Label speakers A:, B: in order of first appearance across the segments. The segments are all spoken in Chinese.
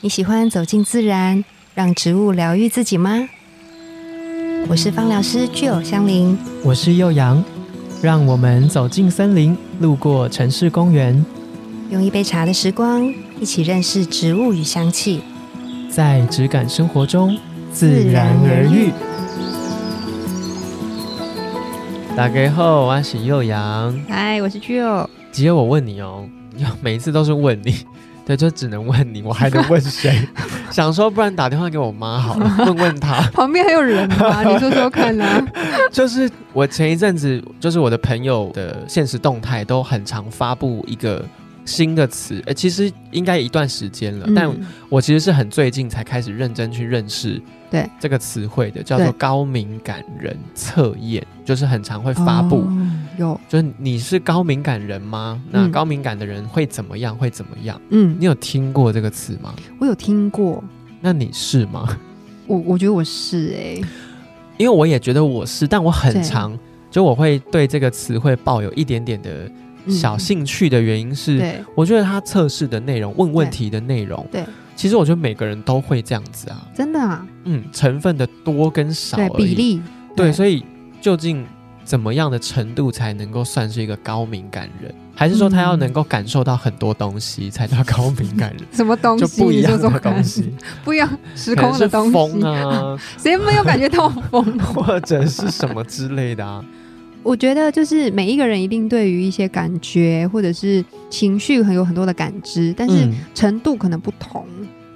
A: 你喜欢走进自然，让植物疗愈自己吗？我是芳疗师具有香林，
B: 我是幼阳，让我们走进森林，路过城市公园，
A: 用一杯茶的时光，一起认识植物与香气。
B: 在质感生活中自然而愈。打给后，我是幼阳。
A: 嗨，我是具有。
B: 只有我问你哦， 要每一次都是问你，对，就只能问你，我还能问 谁？想说，不然打电话给我妈好了，问问她。
A: 旁边还有人 吗？你说说看啊。
B: 就是我前一阵子，就是我的朋友的现实动态都很常发布一个新的词，呃，其实应该一段时间了，但
A: 嗯
B: 我其实是很最近才开始认真去认识
A: 对
B: 这个词汇的，叫做
A: 对
B: 高敏感人测验，就是很常会发布，
A: 哦有，
B: 就是你是高敏感人吗？那
A: 嗯
B: 高敏感的人会怎么样？会怎么样？
A: 嗯
B: 你，有听过这个词吗？
A: 我有听过，
B: 那你是吗？
A: 我我觉得我是哎、
B: 因为我也觉得我是，但我很
A: 对
B: 常就我会对这个词汇抱有一点点的
A: 嗯
B: 小兴趣的原因是，
A: 对
B: 我觉得它测试的内容、问问题的内容，
A: 对，
B: 其实我觉得每个人都会这样子啊，
A: 真的啊，
B: 嗯，成分的多跟少而
A: 对比
B: 已，
A: 例，
B: 对，所以究竟怎么样的程度才能够算是一个高敏感人？还是说他要能够感受到很多东西才叫高敏感人？
A: 什么嗯东
B: 就
A: 西？
B: 不一
A: 你说
B: 样
A: 说
B: 的
A: 看
B: 东，西，
A: 不一样时
B: 可能
A: 空的
B: 是
A: 东
B: 风
A: 西，
B: 啊，
A: 谁没有感觉到风？
B: 或者是什么之类的啊。
A: 我觉得就是每一个人一定对于一些感觉或者是情绪很有很多的感知， 但是
B: 嗯
A: 程度可能不同。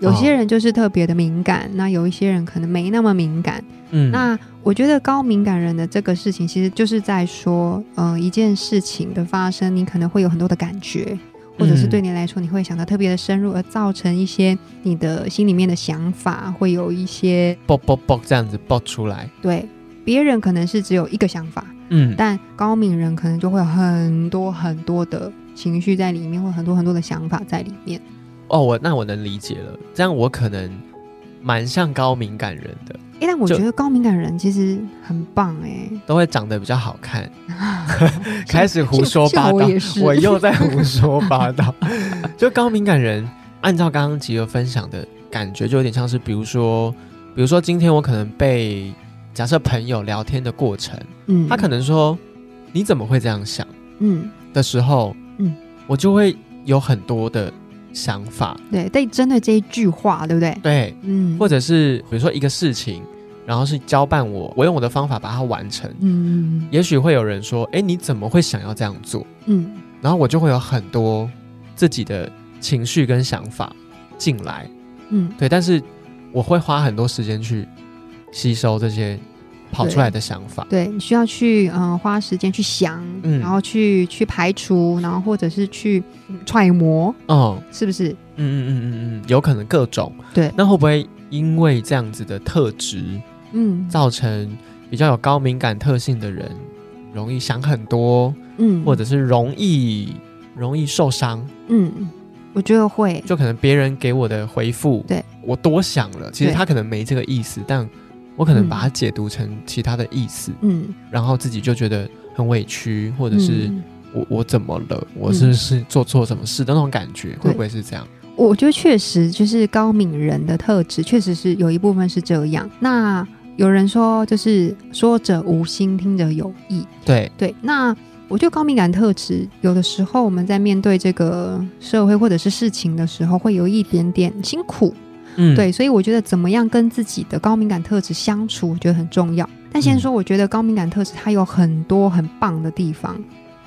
A: 有些人就是特别的敏感，那有一些人可能没那么敏感。
B: 嗯，
A: 那我觉得高敏感人的这个事情，其实就是在说，呃，一件事情的发生，你可能会有很多的感觉，或者是
B: 嗯
A: 对你来说，你会想到特别的深入，而造成一些你的心里面的想法，会有一些
B: 爆爆爆这样子爆出来，
A: 对别人可能是只有一个想法，
B: 嗯，
A: 但高敏人可能就会有很多很多的情绪在里面，或很多很多的想法在里面。
B: 哦，我那我能理解了，这样我可能蛮像高敏感人的，
A: 诶，但我
B: 就
A: 觉得高敏感人其实很棒诶，
B: 都会长得比较好看，开始 胡说
A: 像
B: 八
A: 我
B: 道
A: 也，是
B: 我又在胡说八道。就高敏感人，按照刚刚吉儿分享的感觉，就有点像是，比如说，比如说今天我可能被假设朋友聊天的过程，
A: 嗯，
B: 他可能说你怎么会这样想
A: 嗯，
B: 的时候，
A: 嗯
B: 嗯，我就会有很多的想法，
A: 嗯对，对，针对这一句话，对不对？
B: 对，
A: 嗯，
B: 或者是比如说一个事情，然后是交办我，我用我的方法把它完成，
A: 嗯
B: 也许会有人说，诶，你怎么会想要这样做？
A: 嗯
B: 然后我就会有很多自己的情绪跟想法进来，
A: 嗯，
B: 对，但是我会花很多时间去吸收这些跑出来的想法，
A: 对，你需要去嗯、呃花时间去想，
B: 嗯
A: 然后去去排除，然后或者是去揣摩，
B: 嗯
A: 是不是？
B: 嗯嗯嗯嗯嗯，有可能各种，
A: 对，
B: 那会不会因为这样子的特质，
A: 嗯
B: 造成比较有高敏感特性的人容易想很多，
A: 嗯，
B: 或者是容易容易受伤？
A: 嗯，我觉得会，
B: 就可能别人给我的回复，
A: 对
B: 我多想了，其实
A: 对
B: 他可能没这个意思，但我可能
A: 嗯
B: 把它解读成其他的意思，
A: 嗯，
B: 然后自己就觉得很委屈，或者是
A: 嗯
B: 我、我怎么了，我是不是做错什么事的那种感觉，会不会是这样？
A: 我觉得确实就是高敏人的特质，确实是有一部分是这样。那有人说，就是说者无心，听者有意。
B: 对，
A: 对，那我觉得高敏感特质，有的时候我们在面对这个社会或者是事情的时候，会有一点点辛苦。
B: 嗯，
A: 对，所以我觉得怎么样跟自己的高敏感特质相处，我觉得很重要。但先说，我觉得高敏感特质它有很多很棒的地方，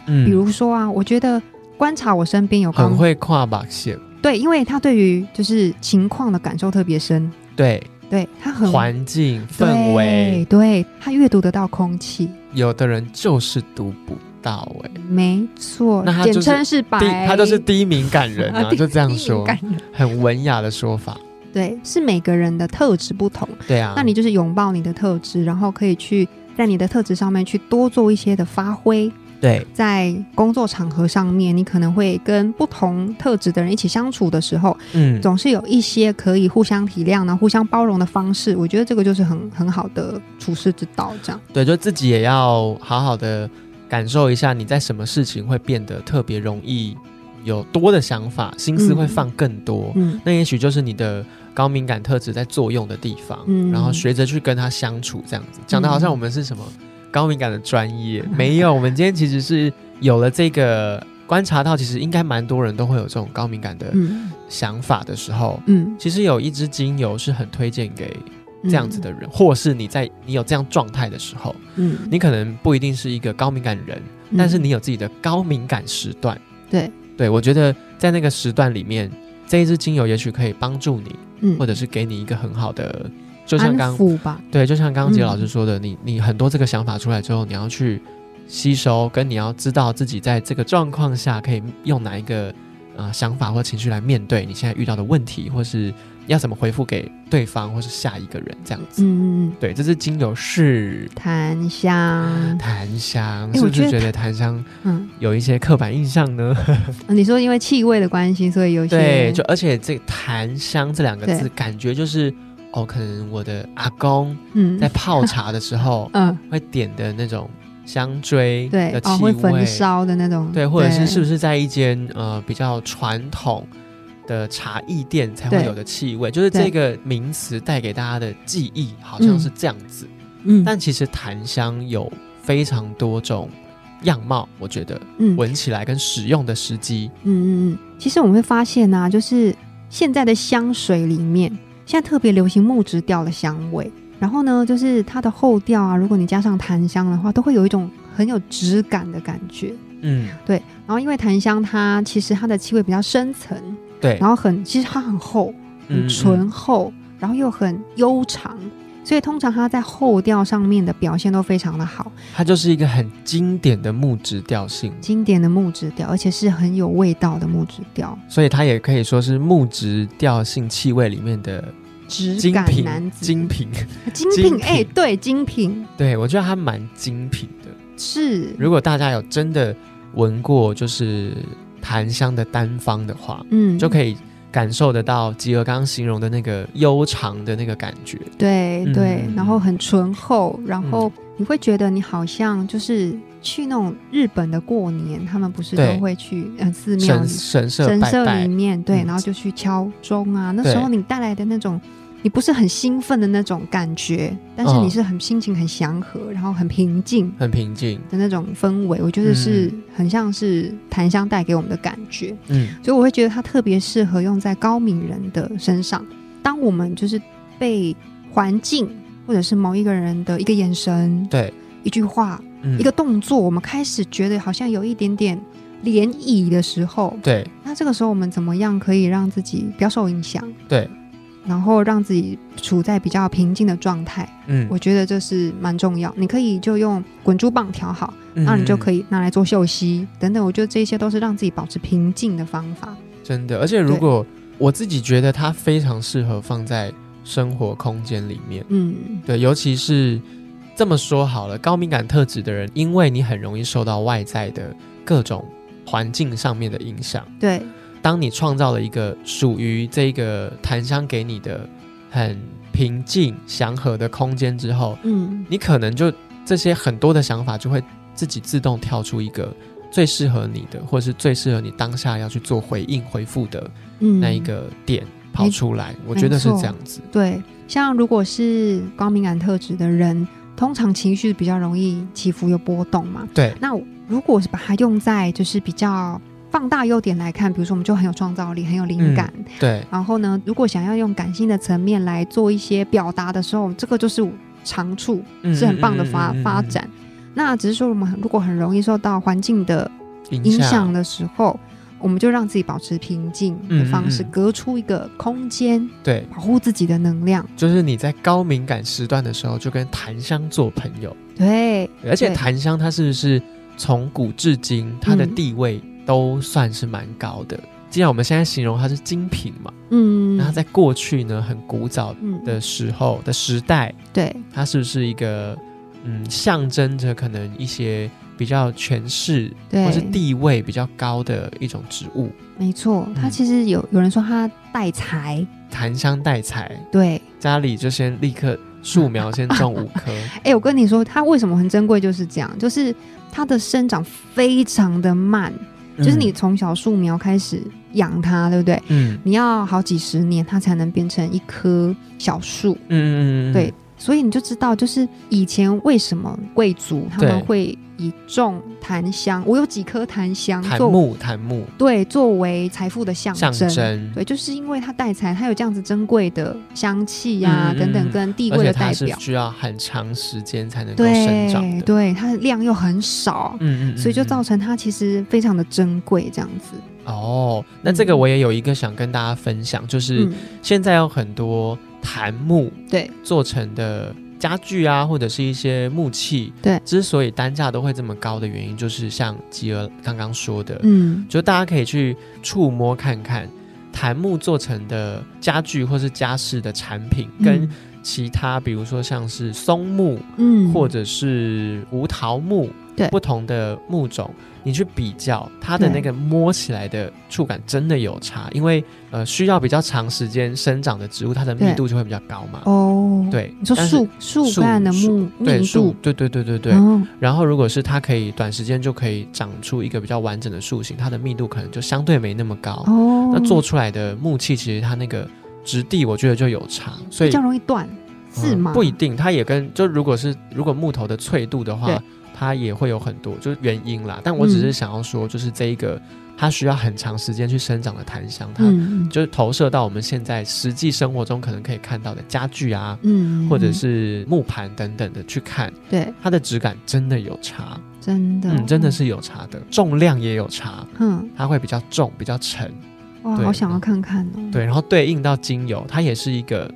B: 嗯，
A: 比如说啊，我觉得观察我身边有高敏
B: 很会跨把线，
A: 对，因为他对于就是情况的感受特别深，
B: 对，
A: 对他很
B: 环境氛围，
A: 对对他阅读得到空气，
B: 有的人就是读不到、欸，
A: 没错，
B: 那他
A: 简
B: 就是
A: 称是白，
B: 第他就是低敏感人 啊，就这样说，
A: 低敏感人
B: 很文雅的说法，
A: 对，是每个人的特质不同，
B: 对啊，
A: 那你就是拥抱你的特质，然后可以去在你的特质上面去多做一些的发挥。
B: 对，
A: 在工作场合上面，你可能会跟不同特质的人一起相处的时候，
B: 嗯，
A: 总是有一些可以互相体谅、然后啊互相包容的方式。我觉得这个就是很很好的处事之道，这样。
B: 对，就自己也要好好的感受一下，你在什么事情会变得特别容易有多的想法，心思会放更多。
A: 嗯
B: 那也许就是你的高敏感特质在作用的地方，
A: 嗯
B: 然后学着去跟他相处，这样子讲的好像我们是什么高敏感的专业，
A: 嗯
B: 没有，我们今天其实是有了这个观察到，其实应该蛮多人都会有这种高敏感的
A: 嗯
B: 想法的时候，
A: 嗯，
B: 其实有一支精油是很推荐给这样子的人，或是你在你有这样状态的时候，
A: 嗯，嗯，
B: 你可能不一定是一个高敏感人，但是你有自己的高敏感时段。
A: 对
B: 对，我觉得在那个时段里面，这一支精油也许可以帮助你，
A: 嗯，
B: 或者是给你一个很好的，就像
A: 安
B: 刚
A: 抚吧，
B: 对，就像刚刚杰
A: 嗯
B: 老师说的，你你很多这个想法出来之后，你要去吸收，跟你要知道自己在这个状况下可以用哪一个呃想法或情绪来面对你现在遇到的问题，或是要怎么回复给对方或是下一个人这样子。
A: 嗯嗯嗯，
B: 对，这支精油是
A: 檀香，
B: 檀香，
A: 哎
B: 是
A: 我
B: 不
A: 觉
B: 是
A: 得
B: 觉得檀香
A: 嗯，啊
B: 有一些刻板印象 呢？
A: 你说因为气味的关系，所以有一些
B: 对，就而且这个檀香这两个字，
A: 对
B: 感觉就是哦，可能我的阿公
A: 嗯
B: 在泡茶的 时候
A: 嗯
B: 会点的那种香锥
A: 对
B: 的气
A: 哦
B: 味，
A: 会焚烧的那种，
B: 对，或者是是不
A: 是
B: 是在一间呃比较传统的茶艺店才会
A: 对
B: 有的气味，就是
A: 对
B: 这个名词带给大家的记忆好像是这样子，
A: 嗯
B: 但其实檀香有非常多种样貌，我觉得
A: 嗯
B: 闻起来跟使用的时机，
A: 嗯嗯嗯，其实我们会发现啊，就是现在的香水里面，现在特别流行木质调的香味。然后呢，就是它的后调啊，如果你加上檀香的话，都会有一种很有质感的感觉。
B: 嗯，
A: 对，然后因为檀香它其实它的气味比较深层，
B: 对，
A: 然后很其实它很厚，很
B: 嗯
A: 醇厚，然后又很悠长，所以通常它在后调上面的表现都非常的好，
B: 它就是一个很经典的木质调性，
A: 经典的木质调，而且是很有味道的木质调，
B: 所以它也可以说是木质调性气味里面的
A: 质
B: 精
A: 感
B: 品
A: 男。子，
B: 精品，
A: 精
B: 精
A: 品，
B: 品
A: 哎、对，精品
B: 对我觉得它蛮精品的。
A: 嗯是，
B: 如果大家有真的闻过就是檀香的单方的话，
A: 嗯，
B: 就可以感受得到吉儿刚刚形容的那个悠长的那个感觉。
A: 对
B: 嗯
A: 对，
B: 嗯
A: 然后很醇厚，然后你会觉得你好像就是去那种日本的过年，他们不是
B: 对
A: 都会去呃寺庙
B: 神
A: 里
B: 神社
A: 神
B: 拜
A: 社里
B: 拜，
A: 面，对，
B: 嗯
A: 然后就去敲钟啊。那
B: 对
A: 时候你带来的那种，你不是很兴奋的那种感觉，但是
B: 嗯
A: 你是很心情很祥和，然后很平静
B: 很平静。
A: 的那种氛围，我觉得是很像是檀香带给我们的感觉。
B: 嗯，
A: 所以我会觉得它特别适合用在高敏人的身上。当我们就是被环境或者是某一个人的一个眼神、
B: 对，
A: 一句话、
B: 嗯
A: 一个动作，我们开始觉得好像有一点点涟漪的时候，
B: 对
A: 那这个时候我们怎么样可以让自己不要受影响，
B: 对，
A: 然后让自己处在比较平静的状态？
B: 嗯，
A: 我觉得这是蛮重要。你可以就用滚珠棒调好，
B: 嗯
A: 那你就可
B: 以
A: 以拿来做休息等等。我觉得这些都是让自己保持平静的方法。
B: 嗯真的。而且如
A: 对
B: 果我自己觉得它非常适合放在生活空间里面。
A: 嗯。
B: 对，尤其是这么说好了，高敏感特质的人，因为你很容易受到外在的各种环境上面的影响。
A: 对，
B: 当你创造了一个属于这个檀香给你的很平静祥和的空间之后，
A: 嗯
B: 你可能就这些很多的想法就会自己自动跳出一个最适合你的，或是最适合你当下要去做回应回复的
A: 嗯，
B: 那一个点跑出来。我觉得是这样子。
A: 对，像如果是高敏感特质的人，通常情绪比较容易起伏有波动嘛。
B: 对，
A: 那如果是把它用在就是比较放大优点来看，比如说我们就很有创造力，很有
B: 嗯
A: 灵感。
B: 对，
A: 然后呢，如果想要用感性的层面来做一些表达的时候，这个就是长处，
B: 嗯
A: 是很棒的发、
B: 嗯嗯嗯嗯
A: 发展。那只是说，我们很如果很容易受到环境的
B: 嗯
A: 影响的时候，我们就让自己保持平静的方式，
B: 嗯嗯嗯
A: 隔出一个空间，
B: 对，
A: 保护自己的能量。
B: 就是你在高敏感时段的时候，就跟檀香做朋友。
A: 对，
B: 而且
A: 对
B: 檀香它是不是从古至今它的
A: 嗯
B: 地位都算是蛮高的？既然我们现在形容它是精品嘛，
A: 嗯
B: 那它在过去呢很古早
A: 嗯
B: 的时候的时代，
A: 对，
B: 它是不是一个嗯象征着可能一些比较权势
A: 对
B: 或是地位比较高的一种植物？
A: 没错，它
B: 嗯
A: 其实有有人说它带财，
B: 檀香带财，
A: 对，
B: 家里就先立刻树苗先种五 棵，
A: 哎，我跟你说，它为什么很珍贵就是这样，就是它的生长非常的慢，就是你从小树苗开始养它，对不对？
B: 嗯
A: 你要好几十年，它才能变成一棵小树。
B: 嗯嗯嗯，嗯
A: 对，，所以你就知道，就是以前为什么贵族他们
B: 对
A: 会以种檀香，我有几颗檀香
B: 檀
A: 作
B: 木檀木
A: 对作为财富的象
B: 象
A: 征。
B: 征，
A: 对，就是因为它带财，它有这样子珍贵的香气呀、
B: 嗯嗯
A: 等等
B: 嗯
A: 跟地
B: 而
A: 位
B: 且
A: 的
B: 它
A: 代
B: 是
A: 表，
B: 需要很长时间才能够生长
A: 对
B: 的，
A: 对，它的量又很少，
B: 嗯嗯嗯，
A: 所以就造
B: 嗯
A: 成它其实非常的珍贵这样子。
B: 哦，那这个我也有一个想跟大家分享，就是
A: 嗯，
B: 现在有很多檀木
A: 对
B: 做成的家具啊，或者是一些木器，
A: 对
B: 之所以单价都会这么高的原因，就是像吉儿刚刚说的，
A: 嗯，
B: 就大家可以去触摸看看檀木做成的家具或是家饰的产品，呃跟其他比如说像是松木
A: 嗯
B: 或者是无桃木，
A: 对
B: 不同的木种，你去比较它的那
A: 对
B: 个摸起来的触感真的有差，因为呃需要比较长时间生长的植物，它的密
A: 对
B: 度就会比较高嘛。
A: 哦，，
B: 对，
A: 你说
B: 但是
A: 树树
B: 树
A: 干的
B: 树
A: 木
B: 对
A: 密
B: 树
A: 度，，
B: 对对对对对。
A: 哦
B: 然后，如果是它可以短时间就可以长出一个比较完整的树形，它的密度可能就相对没那么高。
A: 哦，
B: 那做出来的木器，其实它那个质地，我觉得就有差，所以
A: 比较容易断，是
B: 嗯
A: 吗？
B: 不一定，它也跟就如果是如果木头的脆度的话
A: 对，
B: 它也会有很多就是原因啦。但我只是
A: 嗯
B: 想要说，就是这一个它需要很长时间去生长的檀香，它
A: 嗯，嗯
B: 就是投射到我们现在实际生活中可能可以看到的家具啊，
A: 嗯，
B: 或者
A: 嗯
B: 是木盘等等的去看，
A: 对，
B: 它的质感真的有差，
A: 真的，
B: 嗯，真的，是有差的，重量也有差，
A: 嗯，
B: 它会比较重，比较沉。
A: 哇，
B: 对
A: 好想要看看哦，
B: 对，然后对应到精油，它也是一个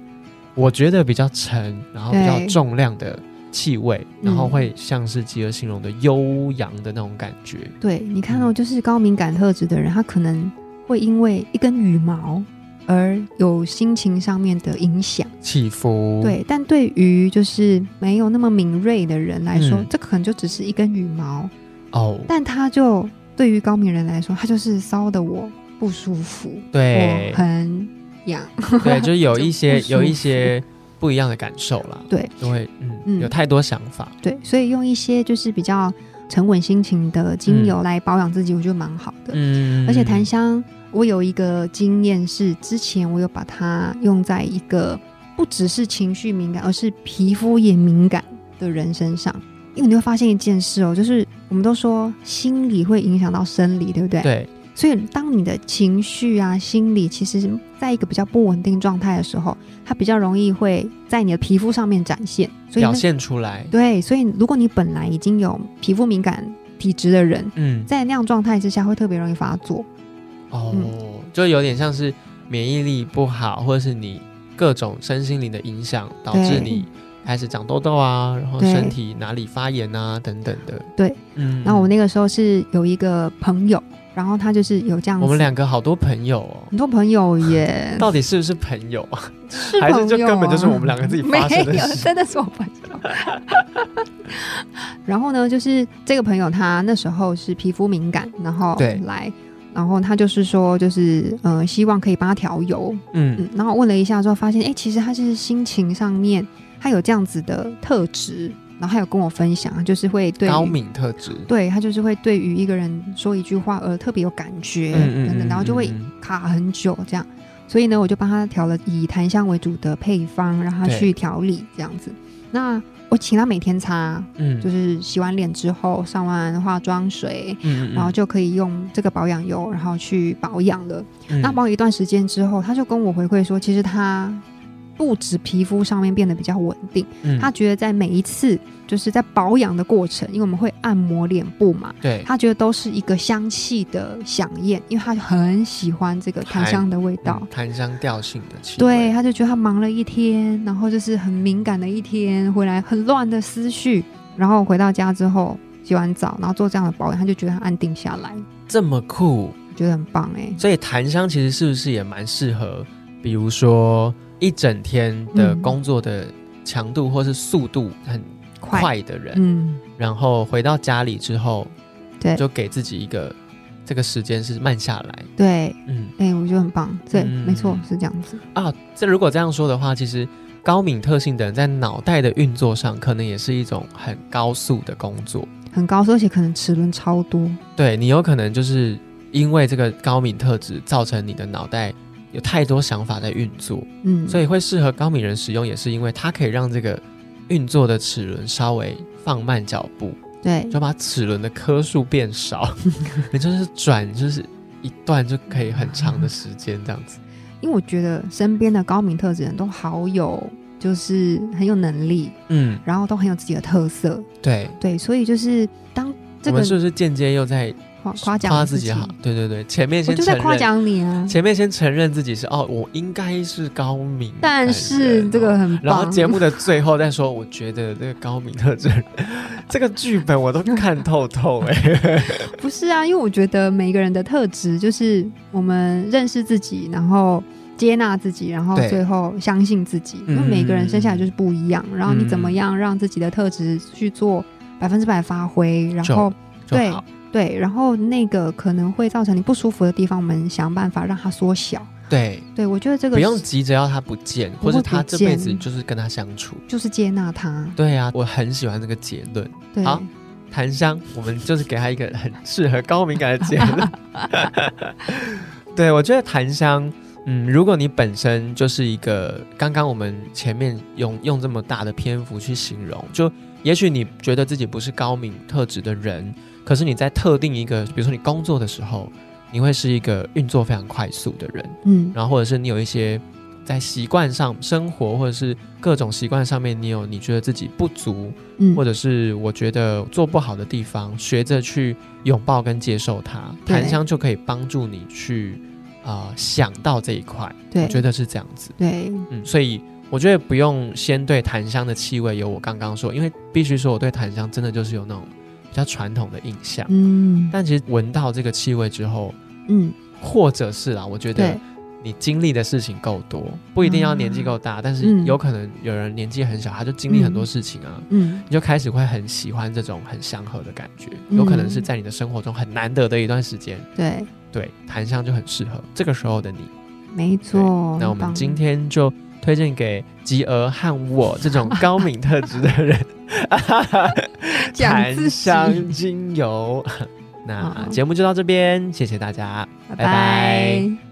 B: 我觉得比较沉，然后比较
A: 对
B: 重量的气味，然后
A: 嗯
B: 会像是吉尔形容的悠扬的那种感觉。
A: 对，你看
B: 嗯
A: 哦，就是高敏感特质的人，他可能会因为一根羽毛而有心情上面的影响，
B: 起伏，
A: 对。但对于就是没有那么敏锐的人来说，
B: 嗯
A: 这可能就只是一根羽毛，
B: 哦，
A: 但他就对于高敏人来说，他就是骚的我不舒服，
B: 对
A: 我很痒，
B: 对，就是有一些
A: 就不舒服
B: 有一些不一样的感受啦，
A: 对，
B: 就会嗯
A: 嗯
B: 有太多想法，
A: 对。所以用一些就是比较沉稳心情的精油来保养自己，我觉得蛮好的。
B: 嗯，
A: 而且檀香，我有一个经验是，之前我有把它用在一个不只是情绪敏感，而是皮肤也敏感的人身上。因为你会发现一件事哦，就是我们都说心理会影响到生理，对不对？。
B: 对，
A: 所以当你的情绪啊、心理其实在一个比较不稳定状态的时候，它比较容易会在你的皮肤上面展现。所以
B: 表
A: 那
B: 现出来，
A: 对，所以如果你本来已经有皮肤敏感体质的人，
B: 嗯，
A: 在那样状态之下会特别容易发作。
B: 哦，
A: 嗯
B: 就有点像是免疫力不好，或者是你各种身心灵的影响，导致
A: 对
B: 你开始长痘痘啊，然后
A: 对
B: 身体哪里发炎啊等等的。
A: 对，
B: 嗯
A: 然后我那个时候是有一个朋友，然后他就是有这样子，嗯
B: 我们两个好多朋友哦，
A: 很多朋友 耶，
B: 到底是不是朋 友啊？
A: 是
B: 还是
A: 朋
B: 就
A: 友
B: 根本
A: 啊
B: 就是我们两个自己发生的
A: 没有，
B: 事
A: 真的是我朋友。 然后呢，就是这个朋友他那时候是皮肤敏感，然后
B: 对
A: 来，然后他就是说，就是呃，希望可以帮他调油，
B: 嗯
A: 嗯，然后问了一下之后，发现哎、诶其实他是心情上面他有这样子的特质，然后他有跟我分享，就是会对于
B: 高敏特质，
A: 对他就是会对于一个人说一句话而特别有感觉，等等，然后就会
B: 嗯
A: 卡很久这样。所以呢，我就帮他调了以檀香为主的配方，让他
B: 对
A: 去调理这样子。那我请他每天擦，
B: 嗯，
A: 就是是洗完脸之后上完化妆水，
B: 嗯
A: 然后就可以用这个保养油，然后去保养了。那
B: 帮
A: 保养一段时间之后，他就跟我回馈说，其实他不止皮肤上面变得比较稳定，
B: 嗯
A: 他觉得在每一次就是在保养的过程，因为我们会按摩脸部嘛，
B: 对
A: 他觉得都是一个香气的响艳，因为他很喜欢这个檀香的味道
B: 嗯。檀香调性的气
A: 对，
B: 味，
A: 他就觉得他忙了一天，然后就是很敏感的一天，回来很乱的思绪，然后回到家之后洗完澡，然后做这样的保养，他就觉得他安定下来，
B: 这么酷，
A: 我觉得很棒哎、
B: 所以檀香其实是不是也蛮适合，比如说一整天的
A: 嗯
B: 工作的强度或是速度很快的人，
A: 嗯，
B: 然后回到家里之后，
A: 对
B: 就给自己一个这个时间是慢下来，
A: 对，
B: 嗯
A: 哎、我觉得很棒，对，
B: 嗯
A: 没错，是这样子，
B: 啊，这如果这样说的话，其实高敏特性的人在脑袋的运作上，可能也是一种很高速的工作，
A: 很高，而且可能齿轮超多，
B: 对你有可能就是因为这个高敏特质造成你的脑袋有太多想法在运作，
A: 嗯，
B: 所以会适合高敏人使用，也是因为它可以让这个运作的齿轮稍微放慢脚步，
A: 对
B: 就把齿轮的颗数变少， 你就是转就是一段就可以很长的时间这样子。
A: 因为我觉得身边的高明特质人都好有，就是很有能力，
B: 嗯，
A: 然后都很有自己的特色，
B: 对，
A: 对，所以就是当这个
B: 我们是不是间接又在
A: 夸夸奖
B: 夸
A: 我
B: 自己好？对对对，前面
A: 我
B: 先
A: 就
B: 承
A: 在夸
B: 认，
A: 奖你啊，
B: 前面先承认自己是哦，我应该是高敏感人哦，
A: 但是这个很
B: 然后
A: 棒，
B: 节目的最后再说，我觉得这个高明特征， 这个剧本我都看透透哎、
A: 不是啊，因为我觉得每一个人的特质就是我们认识自己，然后接纳自己，然后
B: 对嗯
A: 最后相信自己。因为每个人生下来就是不一样，然后你怎么样让自己的特质去做百分之百发挥，然后对
B: 就好
A: 对，然后那个可能会造成你不舒服的地方，我们想办法让它缩小。
B: 对，
A: 对我觉得这个
B: 不用
A: 是
B: 急着要他不见，
A: 不
B: 或
A: 会
B: 是他
A: 不
B: 这
A: 见
B: 辈子就是跟他相处。
A: 就是接纳它。
B: 对啊，我很喜欢这个结论。
A: 对，
B: 好檀香，我们就是给他一个很适合高敏感的结 论。对，我觉得檀香，嗯，如果你本身就是一个，刚刚我们前面用用这么大的篇幅去形容，就也许你觉得自己不是高敏特质的人，可是你在特定一个，比如说你工作的时候，你会是一个运作非常快速的人，
A: 嗯，
B: 然后或者是你有一些在习惯上、生活或者是各种习惯上面，你有你觉得自己不足，
A: 嗯
B: 或者是我觉得做不好的地方，学着去拥抱跟接受它，
A: 对
B: 檀香就可以帮助你去啊、呃想到这一块，
A: 对
B: 我觉得是这样子。
A: 对，
B: 嗯，所以我觉得不用先对檀香的气味有我刚刚说，因为必须说我对檀香真的就是有那种比较传统的印象，
A: 嗯
B: 但其实闻到这个气味之后，
A: 嗯，
B: 或者是啦，我觉得
A: 对。
B: 你经历的事情够多，不一定要年纪够大，但是
A: 嗯
B: 有可能有人年纪很小，他就经历很多
A: 嗯
B: 事情啊，
A: 嗯
B: 你就开始会很喜欢这种很祥和的感觉，
A: 嗯
B: 有可能是在你的生活中很难得的一段时间，
A: 对，
B: 对，檀香就很适合这个时候的你。
A: 没错。
B: 那我
A: 很
B: 们
A: 棒
B: 今 天就推荐给吉儿和我这种高敏特质的 人，
A: 讲
B: 檀
A: 自己
B: 香精油。那
A: 好
B: 节目就到这边，谢谢大家。
A: 拜
B: 拜拜
A: 拜